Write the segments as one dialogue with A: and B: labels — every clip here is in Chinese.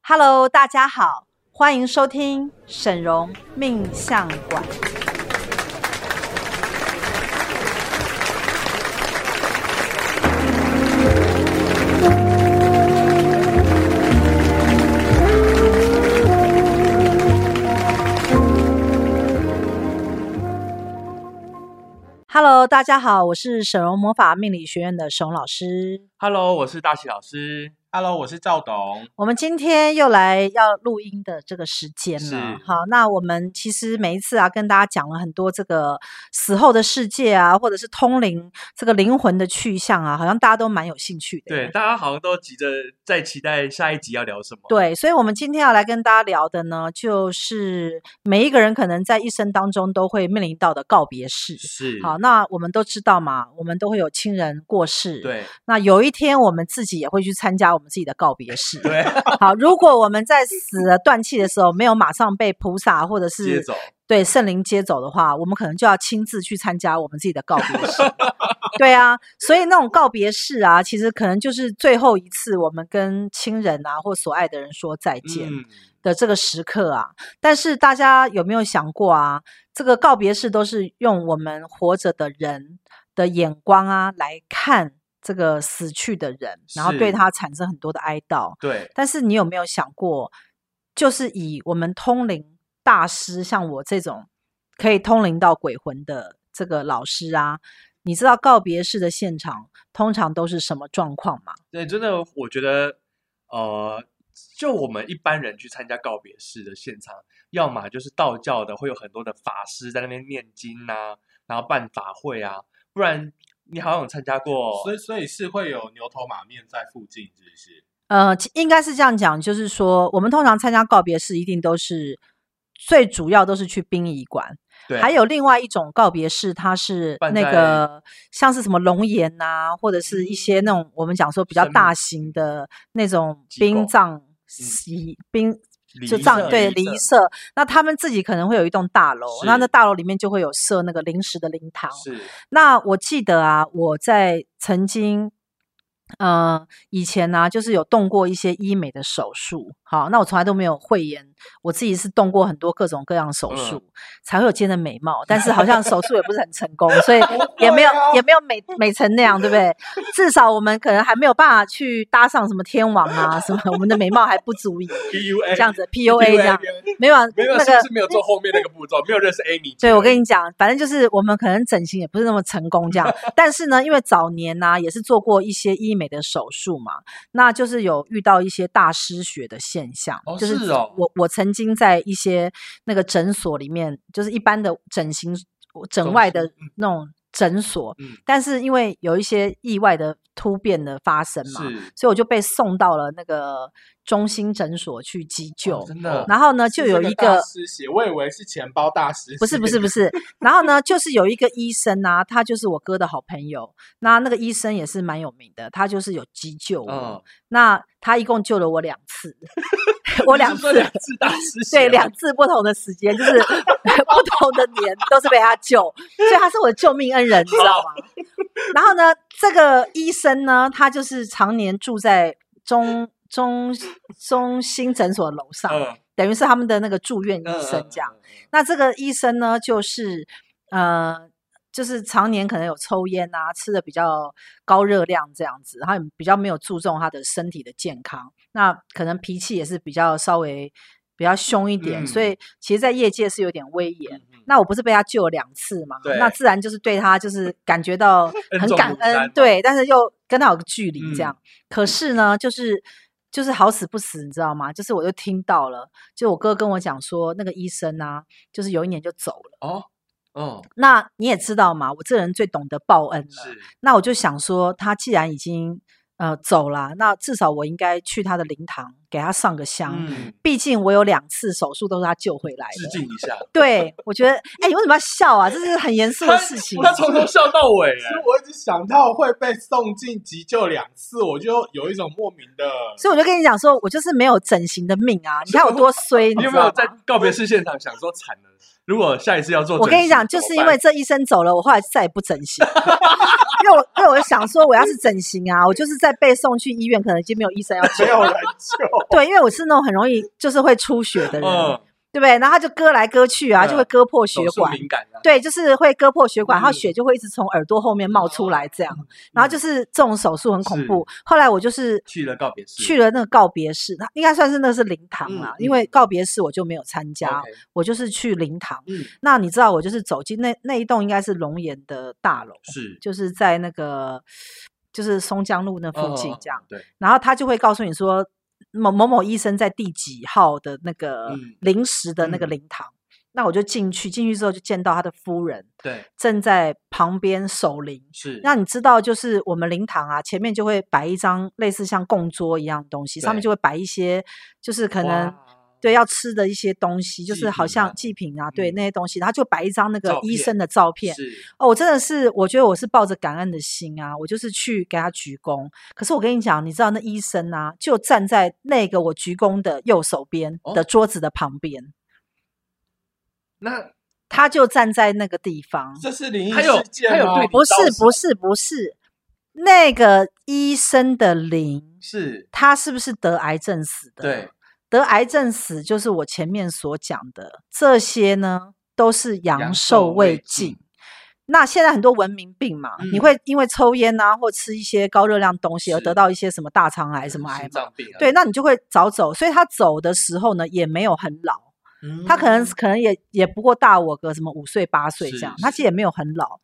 A: Hello，大家好，欢迎收听沈荣命相馆。Hello，大家好，我是沈荣魔法命理学院的沈荣老师。
B: Hello，我是大喜老师。Hello，我是赵董。
A: 我们今天又来要录音的这个时间
B: 是
A: 了，好，那我们其实每一次啊，跟大家讲了很多这个死后的世界啊，或者是通灵这个灵魂的去向啊，好像大家都蛮有兴趣的耶。
B: 对，大家好像都急着在期待下一集要聊什么。，
A: 对，所以，我们今天要来跟大家聊的呢，就是每一个人可能在一生当中都会面临到的告别式。
B: 是
A: 好，那我们都知道嘛，我们都会有亲人过世，。
B: 对
A: 那有一天，我们自己也会去参加我们自己的告别式。
B: 对，
A: 好，如果我们在死了断气的时候没有马上被菩萨或者
B: 接
A: 是
B: 走。
A: 对圣灵接走的话，我们可能就要亲自去参加我们自己的告别 式。对啊，所以那种告别式啊，其实可能就是最后一次我们跟亲人啊或所爱的人说再见
B: 嗯，
A: 的这个时刻啊。但是大家有没有想过啊？这个告别式都是用我们活着的人的眼光啊来看这个死去的人，然后对
B: 是
A: 他产生很多的哀悼。
B: 对，
A: 但是你有没有想过，就是以我们通灵大师，像我这种可以通灵到鬼魂的这个老师啊，你知道告别式的现场通常都是什么状况吗？
B: 对，真的，我觉得，呃，就我们一般人去参加告别式的现场，要么就是道教的，会有很多的法师在那边念经呐、然后办法会啊，不然你好像有参加
A: 哦
B: 过，
C: 所以所以是会有牛头马面在附近，是不是？
A: 呃，其应该是这样讲，就是说，我们通常参加告别式，一定都是最主要都是去殡仪馆，
B: 对，
A: 还有另外一种告别式，它是
B: 办
A: 那
B: 在
A: 个像是什么龙岩呐、或者是一些那种我们讲说比较
B: 生命
A: 大型的那种
B: 机
A: 殡
B: 构嗯
A: 葬仪殡
B: 礼
A: 就
B: 仪
A: 葬
B: 社
A: 对
B: 礼仪
A: 仪
B: 社
A: 社，那他们自己可能会有一栋大楼，那
B: 是
A: 那大楼里面就会有设那个临时的灵堂，
B: 是
A: 那我记得啊，我在曾经，呃，以前呢、就是有动过一些医美的手术。好，那我从来都没有讳言，我自己是动过很多各种各样的手
B: 嗯
A: 术，才会有今天的美貌。但是好像手术也不是很成功， 所以也没有、
B: 哦
A: 也没有美美成那样，对不对？至少我们可能还没有办法去搭上什么天王啊什么，我们的美貌还不足 以
B: PUA
A: 这样子 PUA 这样，没有啊
B: 没有，
A: 那
B: 是
A: 个
B: 不是没有做后面那个步骤？没有认识 Amy 姐而已。
A: 对，我跟你讲，反正就是我们可能整形也不是那么成功 这样，但是呢，因为早年呢、也是做过一些医美的手术嘛，那就是有遇到一些大失血的现象，
B: 哦
A: 就是
B: 哦
A: 我我曾经在一些那个诊所里面，就是一般的整形诊
B: 中
A: 外
B: 心
A: 的那种诊所，
B: 嗯
A: 但是因为有一些意外的突变的发生嘛，
B: 是
A: 所以我就被送到了那个中心诊所去急救，
B: 哦真的
A: 然后呢，就是有
C: 这
A: 一
C: 大
A: 个
C: 失血，我以为是钱包大失血，
A: 不是不是不是，然后呢，就是有一个医生啊，他就是我哥的好朋友，那那个医生也是蛮有名的，他就是有急救我，
B: 嗯，
A: 那他一共救了我两 次，我两
B: 你是
A: 次
B: 说。两次大师
A: 对，两次不同的时间，就是 不同的年都是被他救，所以他是我的救命恩人，你知道吗？然后呢，这个医生呢，他就是常年住在中中中心诊所楼上，
B: 嗯
A: 等于是他们的那个住院
B: 嗯
A: 医生这样。
B: 嗯嗯
A: 那这个医生呢，就是呃，就是常年可能有抽烟啊，吃的比较高热量这样子，然后也比较没有注重他的身体的健康，那可能脾气也是比较稍微比较凶一点，所以其实，在业界是有点威严。
B: 嗯嗯
A: 那我不是被他救了两次嘛？那
B: 对
A: 自然就是对他就是感觉到
B: 恩
A: 很
B: 重
A: 感
B: 如山
A: 恩
B: 嘛，
A: 对，但是又跟他有个距离这
B: 嗯
A: 样。可是呢，就是就是好死不死，你知道吗？就是我就听到了，就我哥跟我讲说，那个医生啊，就是有一年就走了。
B: 哦，嗯，
A: 那你也知道嘛，我这人最懂得报恩了。
B: 是
A: 那我就想说，他既然已经呃走了，那至少我应该去他的灵堂给他上个香。
B: 嗯，
A: 毕竟我有两次手术都是他救回来
B: 致
A: 的，
B: 敬一下。
A: 对我觉得，哎、你为什么要笑啊？这是很严肃的事情。
B: 他从头笑到尾
C: 其实我一直想到会被送进急救两次，我就有一种莫名的。
A: 所以我就跟你讲说，我就是没有整形的命啊！你看我多衰，你
B: 你
A: 知
B: 有没有
A: 道
B: 在
A: 吗？
B: 告别式现场想说惨了？如果下一次要做，
A: 我跟你讲，就是因为这医生走了，我后来再也不整形，因为我因为我想说，我要是整形啊，我就是在被送去医院，可能已经没有医生要
C: 没
A: 救
C: 有
A: 了。
C: 人救
A: 对，因为我是那种很容易就是会出血的人，
B: 嗯，
A: 对不对？然后他就割来割去啊，
B: 嗯
A: 就会割破
B: 手
A: 血
B: 术
A: 管。
B: 敏感啊，
A: 对，就是会割破血管，然后
B: 嗯
A: 血就会一直从耳朵后面冒出来，这样。然后就是这种手术很恐
B: 是
A: 怖。后来我就是
B: 去了告别式
A: 去了那个告别式，它应该算是那是灵堂
B: 嗯
A: 啦，
B: 嗯
A: 因为告别式我就没有参加，
B: OK，
A: 我就是去灵堂。
B: 嗯，
A: 那你知道，我就是走进那那一栋应该是龙岩的大楼，
B: 是
A: 就是在那个就是松江路那附近这样。，
B: 嗯嗯嗯对，
A: 然后他就会告诉你说某某某医生在第几号的那个
B: 嗯
A: 临时的那个
B: 嗯
A: 灵堂。那我就进去，进去之后就见到他的夫人
B: 对，
A: 正在旁边守灵。
B: 是
A: 那你知道，就是我们灵堂啊，前面就会摆一张类似像供桌一样的东西，上面
B: 对
A: 就会摆一些，就是可能
B: 哇哦
A: 对要吃的一些东西，就
B: 祭
A: 是好
B: 品啊
A: 像祭品啊，对
B: 嗯
A: 那些东西，然后就摆一张那个
B: 照
A: 医
B: 片
A: 生的照片。
B: 是
A: 哦，我真的是，我觉得我是抱着感恩的心啊，我就是去给他鞠躬。可是我跟你讲，你知道那医生啊，就站在那个我鞠躬的右手边
B: 哦
A: 的桌子的旁边，
B: 那
A: 他就站在那个地方。
C: 这是灵异
B: 还有
C: 事件
B: 还有
C: 吗？
B: 对
A: 不是
B: 刀，
A: 不是，不是，那个医生的灵，
B: 是
A: 他是不是得癌症死的？
B: 对，
A: 得癌症死就是我前面所讲的这些呢，都是阳
B: 阳
A: 寿
B: 寿
A: 未
B: 未
A: 尽
B: 尽。
A: 那现在很多文明病嘛，你
B: 嗯
A: 会因为抽烟啊，或吃一些高热量东西而
B: 是
A: 得到一些什么大肠癌、什么癌
B: 心
A: 嘛？
B: 脏病啊，
A: 对，那你就会早走，所以他走的时候呢，也没有很老，
B: 嗯，
A: 他可能可能也也不过大我个什么五岁八岁这
B: 是
A: 样，他其实
B: 是
A: 也没有很老。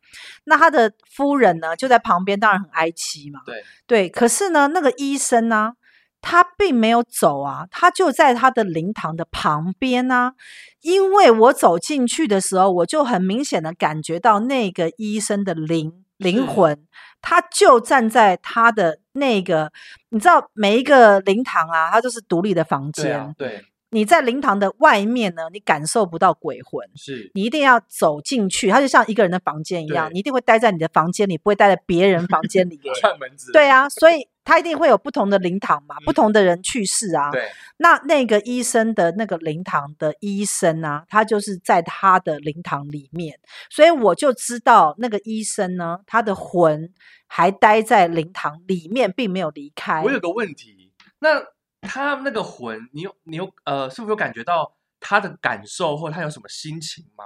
A: 那他的夫人呢，就在旁边，当然很哀戚嘛。
B: 对
A: 对，可是呢，那个医生呢、他并没有走啊，他就在他的灵堂的旁边啊。因为我走进去的时候，我就很明显的感觉到那个医生的灵灵
B: 是
A: 魂，他就站在他的那个，你知道每一个灵堂啊，它就是独立的房
B: 对
A: 间。
B: 啊，对
A: 你在灵堂的外面呢，你感受不到鬼魂，
B: 是
A: 你一定要走进去，它就像一个人的房间一样，
B: 对
A: 你一定会待在你的房间里，不会待在别人房 间里嘛。
B: 串门子，
A: 对啊，所以它一定会有不同的灵堂嘛，不
B: 嗯
A: 同的人去世啊。
B: 对
A: 那那个医生的那个灵堂的医生啊，他就是在他的灵堂里面，所以我就知道那个医生呢，他的魂还待在灵堂里面，并没有离开。
B: 我有个问题，那他那个魂，你有你有呃，是不是有感觉到他的感受，或者他有什么心情吗？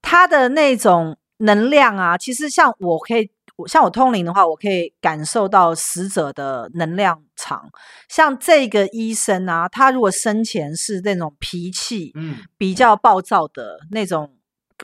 A: 他的那种能量啊，其实像我可以，我像我通灵的话，我可以感受到死者的能量场。像这个医生啊，他如果生前是那种脾气
B: 嗯，
A: 比较暴躁的那种。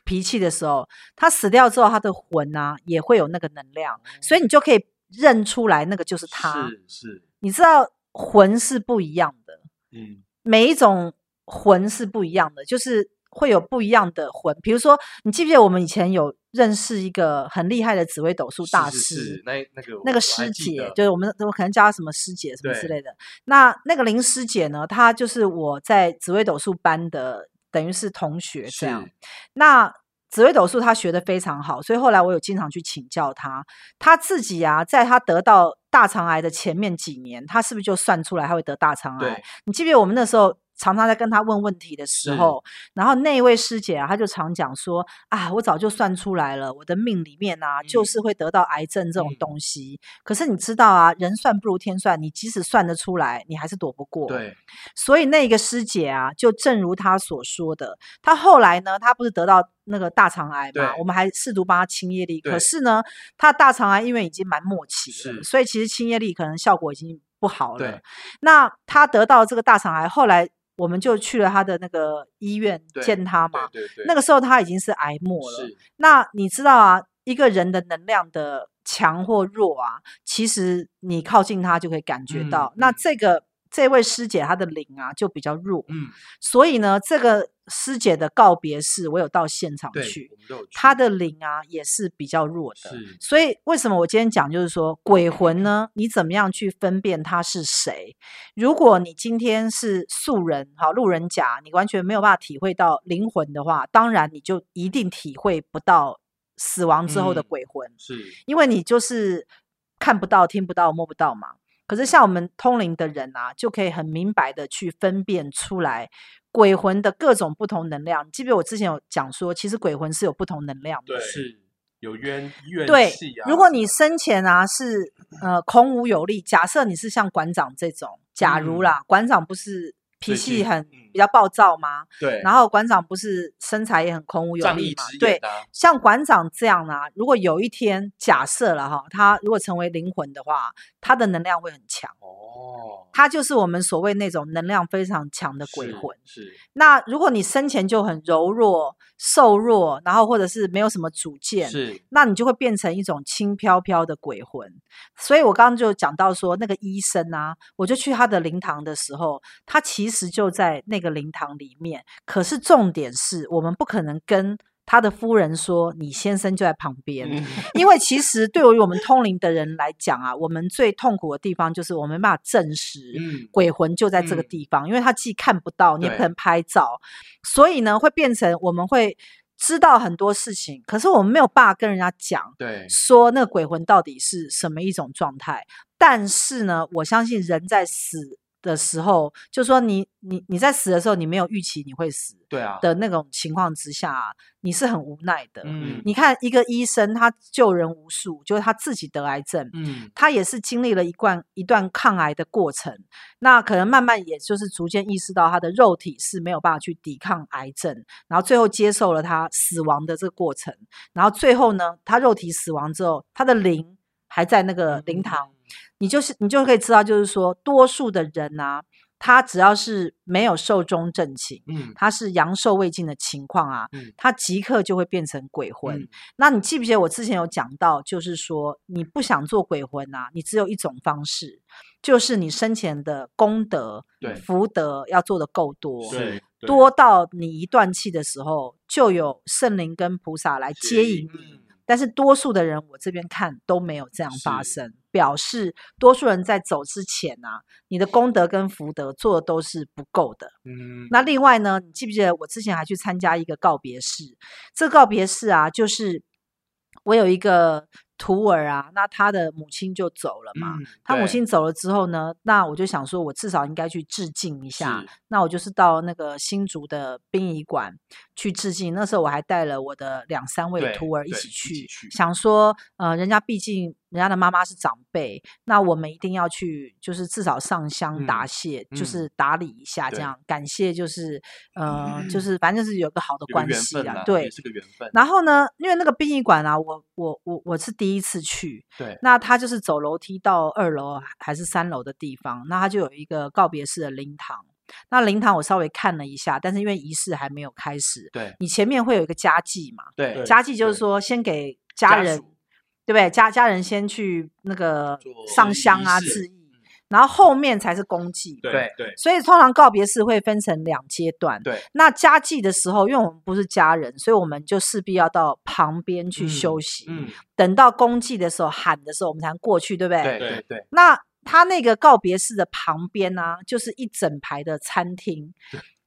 A: 脾气的时候，他死掉之后，他的魂啊也会有那个能量，所以你就可以认出来，那个就是他。
B: 是是，
A: 你知道魂是不一样的，
B: 嗯，
A: 每一种魂是不一样的，就是会有不一样的魂。比如说，你记不记得我们以前有认识一个很厉害的紫微斗数大师？
B: 是是是那那个
A: 那个
B: 我还
A: 师
B: 记
A: 姐
B: 得，
A: 就是我们我可能叫她什么师姐什么之
B: 对
A: 类的。那那个林师姐呢，她就是我在紫微斗数班的，等于是同学这样
B: 是。
A: 那紫微斗数她学的非常好，所以后来我有经常去请教她。她自己啊，在她得到大肠癌的前面几年，她是不是就算出来她会得大肠癌
B: 对？
A: 你记不记得我们那时候常常在跟他问问题的时
B: 是
A: 候，然后那一位师姐啊，她就常讲说啊，我早就算出来了，我的命里面啊，就
B: 嗯
A: 是会得到癌症这种
B: 嗯
A: 东西。可是你知道啊，人算不如天算，你即使算得出来，你还是躲不过。，
B: 对
A: 所以那个师姐啊，就正如她所说的，她后来呢，她不是得到那个大肠癌嘛，
B: 对
A: 我们还试图帮她清业力，可
B: 对
A: 是呢，她大肠癌因为已经蛮末期了，
B: 是
A: 所以其实清业力可能效果已经不好了
B: 对。
A: 那她得到这个大肠癌，后来我们就去了她的那个医院
B: 对
A: 见她嘛，
B: 对对对，
A: 那个时候她已经是癌末了。
B: 是
A: 那你知道啊，一个人的能量的强或弱啊，其实你靠近他就可以感觉
B: 嗯
A: 到。那
B: 嗯
A: 这个这位师姐她的灵啊就比较弱，
B: 嗯，
A: 所以呢，这个师姐的告别式我有到现场
B: 对，
A: 去，
B: 我们都有去
A: 她的灵啊也是比较弱的。
B: 是
A: 所以为什么我今天讲就是说鬼魂呢？你怎么样去分辨他是谁？如果你今天是素人，好路人甲，你完全没有办法体会到灵魂的话，当然你就一定体会不到死亡之后的
B: 嗯
A: 鬼魂，
B: 是
A: 因为你就是看不到、听不到、摸不到嘛。可是像我们通灵的人啊，就可以很明白的去分辨出来鬼魂的各种不同能量。记不记得我之前有讲说，其实鬼魂是有不同能量的。
C: 对
B: 是，有冤怨
A: 对
B: 气啊什么的。，
A: 如果你生前啊是呃孔武有力，假设你是像馆长这种，假如
B: 嗯
A: 啦，馆长不是脾
B: 最
A: 气
B: 近
A: 很
B: 嗯
A: 比较暴躁吗？
B: 对，
A: 然后馆长不是身材也很孔武有
B: 仗
A: 力
B: 义
A: 嘛
B: 直？言
A: 对，
B: 啊，
A: 像馆长这样啊，如果有一天假设了哈，他如果成为灵魂的话，他的能量会很强，
B: 哦，
A: 他就是我们所谓那种能量非常强的鬼
B: 是
A: 魂。
B: 是
A: 那如果你生前就很柔弱、瘦弱，然后或者是没有什么主见，
B: 是，
A: 那你就会变成一种轻飘飘的鬼魂。所以我刚刚就讲到说，那个医生啊，我就去他的灵堂的时候，他其实就在那个灵堂里面。可是重点是我们不可能跟他的夫人说，你先生就在旁边，
C: 嗯
A: 因为其实对于我们通灵的人来讲啊，我们最痛苦的地方就是我们没办法证实。
B: 嗯，
A: 鬼魂就在这个
B: 嗯
A: 地方，因为他既看不到，你也不
B: 对
A: 能拍照，所以呢，会变成我们会知道很多事情，可是我们没有办法跟人家讲，
B: 对，
A: 说那个鬼魂到底是什么一种状态。但是呢，我相信人在死的时候，就说你你你在死的时候，你没有预期你会死
B: 对啊，
A: 的那种情况之下啊，你是很无奈的。
B: 嗯
A: 你看，一个医生他救人无数，就是他自己得癌症，
B: 嗯，
A: 他也是经历了一段一段抗癌的过程，那可能慢慢也就是逐渐意识到他的肉体是没有办法去抵抗癌症，然后最后接受了他死亡的这个过程，然后最后呢，他肉体死亡之后，他的灵还在那个灵
B: 嗯
A: 堂，你就是你就可以知道，就是说多数的人啊，他只要是没有寿终正寝。
B: 嗯，
A: 他是阳寿未尽的情况啊，
B: 嗯
A: 他即刻就会变成鬼魂。
B: 嗯
A: 那你记不记得我之前有讲到，就是说你不想做鬼魂啊，你只有一种方式，就是你生前的功德、
B: 对
A: 福德要做的够多，
B: 是
C: 对，对
A: 多到你一断气的时候，就有圣灵跟菩萨来接引你。
B: 嗯
A: 但是多数的人，我这边看都没有这样发
B: 是
A: 生，表示多数人在走之前啊，你的功德跟福德做的都是不够的。
B: 嗯，
A: 那另外呢，你记不记得我之前还去参加一个告别式？这个告别式啊，就是我有一个徒儿啊，那他的母亲就走了嘛。
B: 嗯，
A: 他母
B: 对
A: 亲走了之后呢，那我就想说，我至少应该去致敬一下
B: 是。
A: 那我就是到那个新竹的殡仪馆去致敬。那时候我还带了我的两三位
B: 对
A: 徒儿一
B: 对
A: 起
B: 一
A: 去，
B: 起去
A: 想说，呃，人家毕竟人家的妈妈是长辈，那我们一定要去，就是至少上香答
B: 嗯
A: 谢，就
B: 嗯
A: 是打理一下，这
B: 对嗯
A: 样感谢，就是呃，就是反正就是有个好的
B: 有个
A: 关
B: 缘
A: 系
B: 分
A: 啊，
B: 啦
A: 对
B: 也。是个缘分，
A: 然后呢，因为那个殡仪馆啊，我我我我是第一次去，
B: 对，
A: 那他就是走楼梯到二楼还还是三楼的地方，那他就有一个告别式的灵堂。那灵堂我稍微看了一下，但是因为仪式还没有开始，
B: 对
A: 你前面会有一个家祭嘛？
B: 对
A: 家祭就是
C: 对
A: 说先给家人，
B: 属
A: 对不对？家家人先去那个
B: 做
A: 上
B: 仪
A: 香啊、
B: 式嗯
A: 致意，然后后面才是公祭。
C: 对
B: 对
C: 对，
A: 所以通常告别式会分成两阶段。
B: 对，
A: 那家祭的时候，因为我们不是家人，所以我们就势必要到旁边去
B: 嗯
A: 休息。
B: 嗯，
A: 等到公祭的时候喊的时候，我们才能过去，对不对？
B: 对
C: 对
B: 对对，
A: 那他那个告别式的旁边呢、啊，就是一整排的餐厅，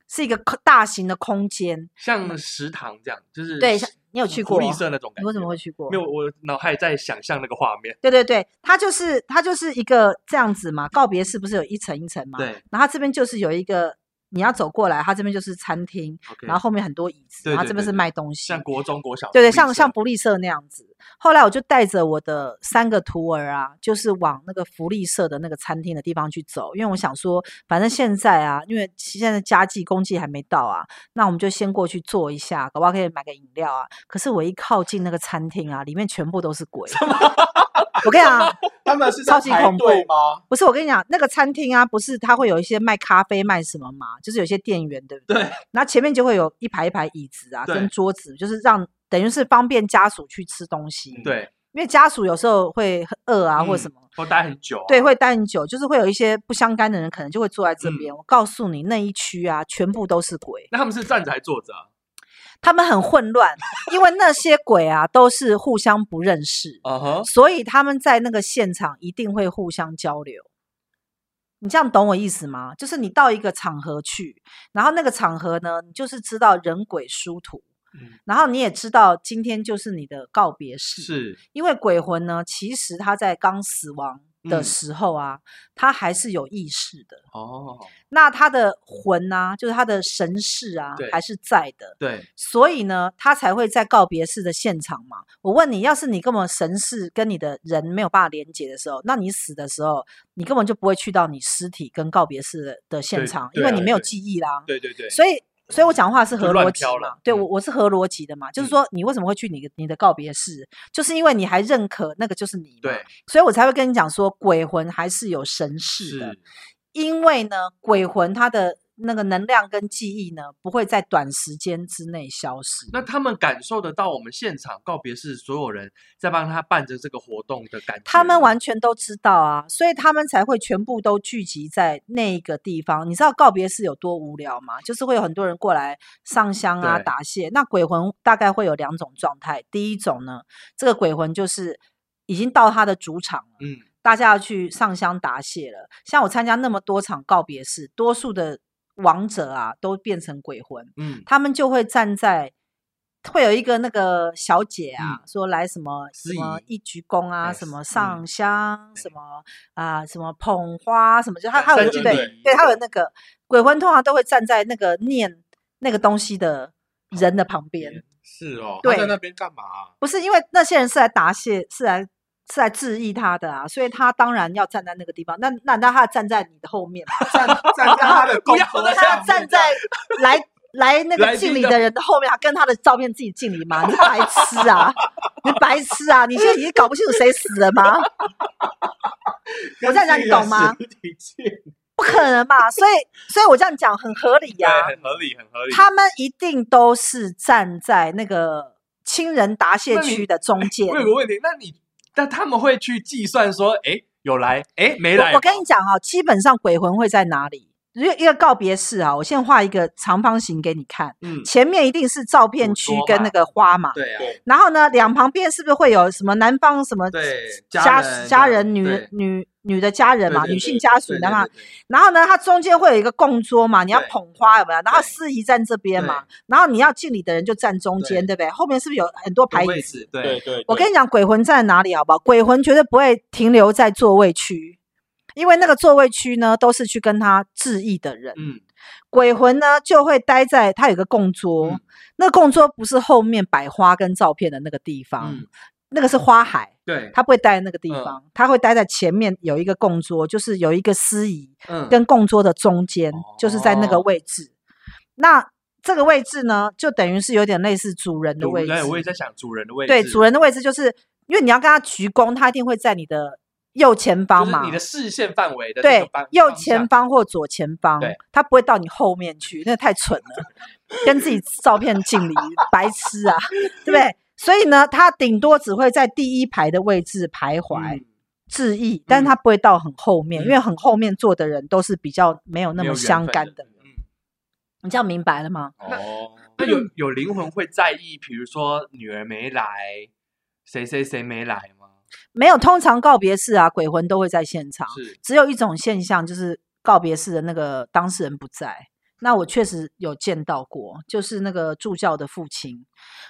A: 是一个空大型的空间。
B: 像食堂这样，就是
A: 嗯
B: 嗯
A: 对，像你有去过？
B: 绿色那种
A: 你
B: 感觉，
A: 为什么会去过？
B: 没有，我脑海在想象那个画面，
A: 对对对，它就是它就是一个这样子嘛，告别式不是有一层一层嘛？
B: 对
A: 然后它这边就是有一个你要走过来，它这边就是餐厅，
B: ，OK，
A: 然后后面很多椅子，
B: 对
A: 然后
B: 对
A: 这边
B: 对
A: 是
B: 对
A: 卖东西
B: 像。国中国小，
A: 对对，像像福利社那样子。后来我就带着我的三个徒儿啊，就是往那个福利社的那个餐厅的地方去走，因为我想说，反正现在啊，因为现在家祭公祭还没到啊，那我们就先过去坐一下，搞不好可以买个饮料啊。可是我一靠近那个餐厅啊，里面全部都是鬼。我跟你讲，啊
C: 他们是
A: 超
C: 在
A: 级
C: 排
A: 恐
C: 队
A: 怖
C: 吗？
A: 不是我跟你讲，那个餐厅啊，不是它会有一些卖咖啡、卖什么嘛，就是有些店员，对不对？
B: 对。
A: 然后前面就会有一排一排椅子啊，跟
B: 对
A: 桌子，就是让等于是方便家属去吃东西。
B: 嗯对，
A: 因为家属有时候会很饿啊，或
B: 嗯
A: 什么，
B: 我待很久啊，
A: 对，会待很久，就是会有一些不相干的人，可能就会坐在
B: 嗯
A: 这边。我告诉你，那一区啊，全部都是鬼，
B: 那他们是站着还坐着啊？
A: 他们很混乱，因为那些鬼啊都是互相不认识，
B: 啊哈，
A: 所以他们在那个现场一定会互相交流。你这样懂我意思吗？就是你到一个场合去，然后那个场合呢，你就是知道人鬼殊途，
B: 嗯
A: 然后你也知道今天就是你的告别式。
B: 是
A: 因为鬼魂呢，其实他在刚死亡的
B: 嗯
A: 时候啊，他还是有意识的。
B: 哦，
A: 那他的魂啊，就是他的神识啊
B: 对，
A: 还是在的。
B: 对，
A: 所以呢，他才会在告别式的现场嘛。我问你，要是你根本神识跟你的人没有办法连接的时候，那你死的时候，你根本就不会去到你尸体跟告别式的的现
B: 对
A: 场，
B: 对
A: 因为
B: 啊
A: 你没有
B: 对
A: 记忆啦。
B: 对对对，
A: 所以，所以我讲话是
B: 就
A: 合
B: 乱
A: 逻辑
B: 飘
A: 嘛
B: 了？
A: 对
B: 嗯
A: 我我是合逻辑的嘛，就是
B: 嗯
A: 说你为什么会去你的你的告别式，就是因为你还认可那个就是你嘛。
B: 对
A: 所以啊我才会跟你讲说，鬼魂还是有神识的。
B: 是，
A: 因为呢，鬼魂它的那个能量跟记忆呢，不会在短时间之内消失。
B: 那他们感受得到我们现场告别式所有人在帮他办着这个活动的感觉吗，
A: 他们完全都知道啊，所以他们才会全部都聚集在那一个地方。你知道告别式有多无聊吗？就是会有很多人过来上香啊、
B: 对
A: 答谢。那鬼魂大概会有两种状态，第一种呢，这个鬼魂就是已经到他的主场了。
B: 嗯
A: 大家要去上香答谢了。像我参加那么多场告别式，多数的亡者啊都变成鬼魂，
B: 嗯
A: 他们就会站在，会有一个那个小姐啊，说来什么
B: 嗯司
A: 什么
B: 仪
A: 一鞠躬啊，
B: 哎
A: 什
B: 司
A: 么
B: 嗯
A: 上香，
B: 对呃
A: 什么啊、什么捧花，什么就他他
B: 三
A: 有
B: 鞠
A: 对
B: 礼
A: 对，他有
B: 对
A: 那个鬼魂通常都会站在那个念那个东西的人的旁边，
C: 是哦，
A: 对
C: 他在那边干嘛啊、
A: 不是因为那些人是来答谢，是来。是来致意他的啊，所以他当然要站在那个地方。那那那他站在你的后面嘛，
C: 站站在 他的
B: 不
C: 工
B: 要
C: 作
B: 再
A: 他
C: 上
A: 要站
C: 面
A: 在来来那
B: 来
A: 个敬
B: 宾
A: 礼
B: 的
A: 的人的后面，还跟他的照片自己敬礼吗？你是白痴啊！你白痴啊！你现在已经搞不清楚谁死了吗？我这样讲你懂吗？
C: 跟自己的实体见
A: 不可能嘛！所以，所以我这样讲很合理
B: 对
A: 呀、，
B: 很合理，很合理。
A: 他们一定都是站在那个亲人答谢
B: 那你
A: 区的中间。
B: 我有个问题，那你那他们会去计算说，哎，有来，哎，没来
A: 我我跟
B: 吗
A: 你讲啊，基本上鬼魂会在哪里？因为一个告别式啊，我先画一个长方形给你看，
B: 嗯，
A: 前面一定是照片
B: 捕
A: 区
B: 捉
A: 跟
B: 嘛
A: 那个花嘛，
B: 对啊，
C: 对
A: 然后呢，两旁边是不是会有什么男方什么
B: 对
A: 家
B: 人
A: 家
B: 的
A: 人女
B: 对
A: 女女的家人嘛，
B: 对对
A: 女性
B: 对
A: 家属
B: 对
A: 的
B: 对
A: 嘛？
B: 对对
A: 然后呢，它中间会有一个供桌嘛，你要
B: 对
A: 捧花有没有？然后
B: 对
A: 司仪站这边嘛，然后你要敬礼的人就站中间，对不对？后面是不是有很多排
B: 有
A: 椅
B: 位
A: 子？
B: 置，
C: 对
B: 对，
C: 对对，
A: 我跟你讲，鬼魂站在哪里好不好？鬼魂绝对不会停留在座位区，因为那个座位区呢都是去跟他致意的人。
B: 嗯，
A: 鬼魂呢就会待在他有个供桌，
B: 嗯
A: 那供桌不是后面摆花跟照片的那个地方，
B: 嗯
A: 那个是花海，
B: 对，
A: 他不会待在那个地
B: 嗯
A: 方，他会待在前面有一个供桌，就是有一个司仪
B: 嗯，
A: 跟供桌的中间，就是在那个
B: 哦
A: 位置。那这个位置呢，就等于是有点类似主人的
B: 主
A: 位置，
B: 对，我也在想主人的位置，
A: 对主人的位置，就是因为你要跟他鞠躬，他一定会在你的右前
B: 就
A: 方
B: 是
A: 嘛，
B: 你的视线范围的这个
A: 对
B: 方
A: 右
B: 方
A: 前
B: 向
A: 方或左前方
B: 对，
A: 他不会到你后面去，那太蠢了，跟自己照片敬礼，白痴啊，对不对？所以呢，他顶多只会在第一排的位置徘徊
B: 嗯
A: 致意，但是他不会到很后面，因为很后面坐的人都是比较没有那
B: 没有
A: 么
B: 缘
A: 相
B: 分
A: 干
B: 的
A: 的人。
B: 嗯
A: 你这样明白了吗？
C: 哦，
B: 那有
A: 嗯
B: 有灵魂会在意，比如说女儿没来，谁谁谁没来吗？
A: 没有，通常告别式啊，鬼魂都会在现场，
B: 是，
A: 只有一种现象就是告别式的那个当事人不在。那我确实有见到过，就是那个助教的父亲。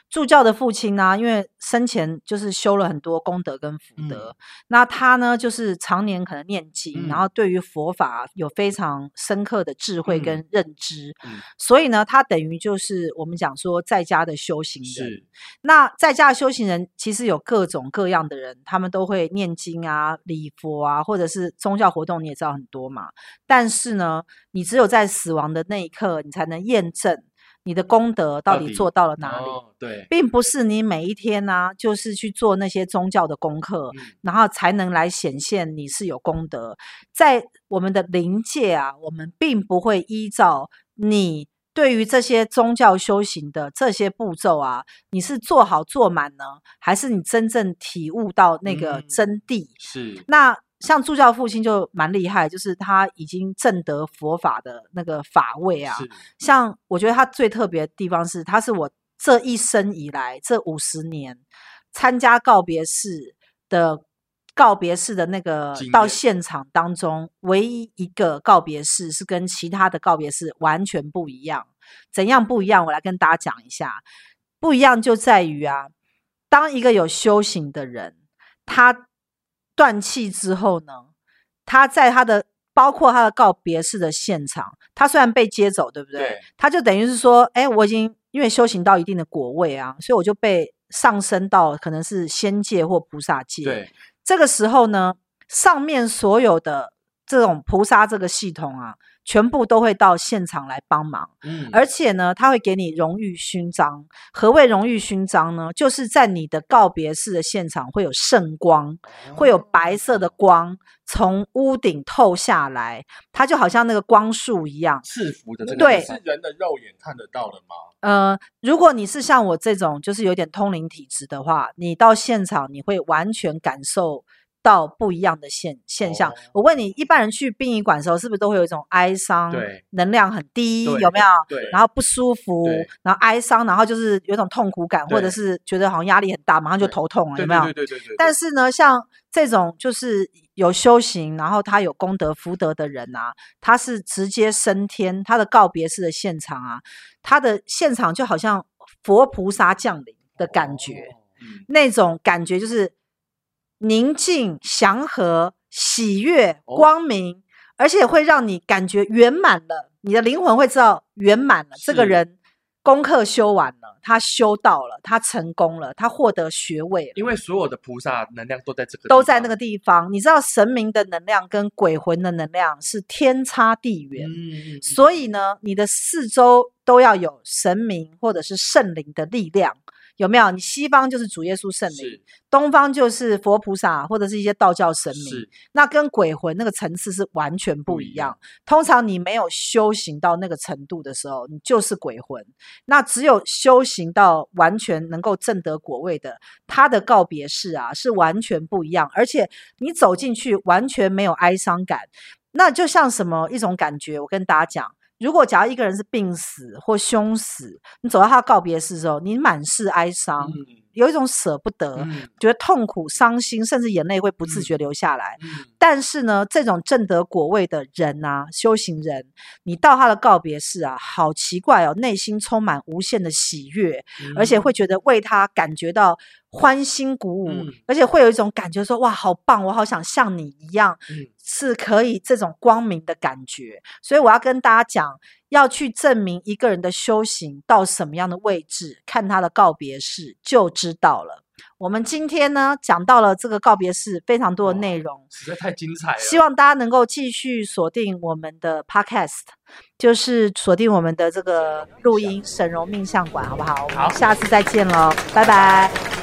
A: 助教的父亲呢、因为生前就是修了很多功德跟福
B: 嗯
A: 德，那他呢就是常年可能念经，然后对于佛法有非常深刻的智慧
B: 嗯
A: 跟认知，
B: 嗯
A: 所以呢，他等于就是我们讲说在家的修行人。
B: 是，
A: 那在家的修行人其实有各种各样的人，他们都会念经啊、礼佛啊，或者是宗教活动，你也知道很多嘛。但是呢，你只有在死亡的那一刻，你才能验证你的功德到
B: 到底
A: 底做到了哪里，
B: 哦对，
A: 并不是你每一天呢、就是去做那些宗教的功课，
B: 嗯
A: 然后才能来显现你是有功德。在我们的灵界啊，我们并不会依照你对于这些宗教修行的这些步骤啊，你是做好做满呢，还是你真正体悟到那个
B: 嗯
A: 真谛？
B: 是，
A: 那像助教父亲就蛮厉害，就是他已经证得佛法的那个法位啊。
B: 是，
A: 像我觉得他最特别的地方是，他是我这一生以来这五十年参加告别式的告别式的那个
B: 经
A: 到
B: 验
A: 现场当中，唯一一个告别式是跟其他的告别式完全不一样。怎样不一样？我来跟大家讲一下，不一样就在于啊，当一个有修行的人，他断气之后呢，他在他的包括他的告别式的现场，他虽然被接走，对不对？
B: 对
A: 他就等于是说，哎，我已经因为修行到一定的果位啊，所以我就被上升到可能是仙界或菩萨界。，
B: 对，
A: 这个时候呢，上面所有的这种菩萨这个系统啊，全部都会到现场来帮忙。
B: 嗯，
A: 而且呢，他会给你荣誉勋章。何谓荣誉勋章呢？就是在你的告别式的现场会有圣光，会有白色的光从屋顶透下来，它就好像那个光束一样。
B: 制服的这个
A: 对
B: 地
C: 是
B: 方
C: 人的肉眼看得到的吗？
A: 呃，如果你是像我这种就是有点通灵体质的话，你到现场你会完全感受到不一样的现现象。
C: 哦
A: 我问你，一般人去殡仪馆的时候，是不是都会有一种哀伤，
B: 对
A: 能量很低，
B: 对
A: 有没有？
B: 对，
A: 然后不舒服
B: 对，
A: 然后哀伤，然后就是有一种痛苦感，或者
B: 对
A: 是觉得好像压力很大，马上就
B: 对
A: 头痛了，
B: 对
A: 有没有？
B: 对对对对对，
A: 但是呢，像这种就是有修行，然后他有功德福德的人啊，他是直接升天，他的告别式的现场啊，他的现场就好像佛菩萨降临的感觉，
B: 哦，嗯，
A: 那种感觉就是宁静、祥和、喜悦、
B: 哦
A: 光明，而且会让你感觉圆满了，你的灵魂会知道圆满了，这个
B: 是
A: 人功课修完了，他修到了，他成功了，他获得学位了。
B: 因为所有的菩萨能量都在这个地
A: 都在那
B: 方
A: 个地方。你知道神明的能量跟鬼魂的能量是天差地远，
B: 嗯，
A: 所以呢，你的四周都要有神明或者是圣灵的力量。有没有？你西方就是主耶稣圣灵
B: 是，
A: 东方就是佛菩萨或者是一些道教神明
B: 是，
A: 那跟鬼魂那个层次是完全不
B: 不
A: 一
B: 一样
A: 样。通常你没有修行到那个程度的时候，你就是鬼魂。那只有修行到完全能够正得果位的，他的告别式啊是完全不一样，而且你走进去完全没有哀伤感，那就像什么一种感觉？我跟大家讲。如果假如一个人是病死或凶死，你走到他告别式的时候，你满是哀伤，
B: 嗯
A: 有一种舍不得，
B: 嗯
A: 觉得痛苦、伤心，甚至眼泪会不自
B: 嗯
A: 觉流下来。
B: 嗯
A: 但是呢，这种正得果位的人啊，修行人，你到他的告别式啊，好奇怪哦，内心充满无限的喜悦，而
B: 嗯
A: 且会觉得为他感觉到欢欣鼓舞，
B: 嗯
A: 而且会有一种感觉说哇，好棒，我好想像你一样，
B: 嗯
A: 是可以这种光明的感觉。所以我要跟大家讲，要去证明一个人的修行到什么样的位置，看他的告别式就知道了。我们今天呢讲到了这个告别式非常多的
B: 哇
A: 内容，
B: 实在太精彩了，
A: 希望大家能够继续锁定我们的 podcast，就是锁定我们的这个录音《沈荣命相馆》，好不好？我
B: 好
A: 们下次再见喽，拜拜。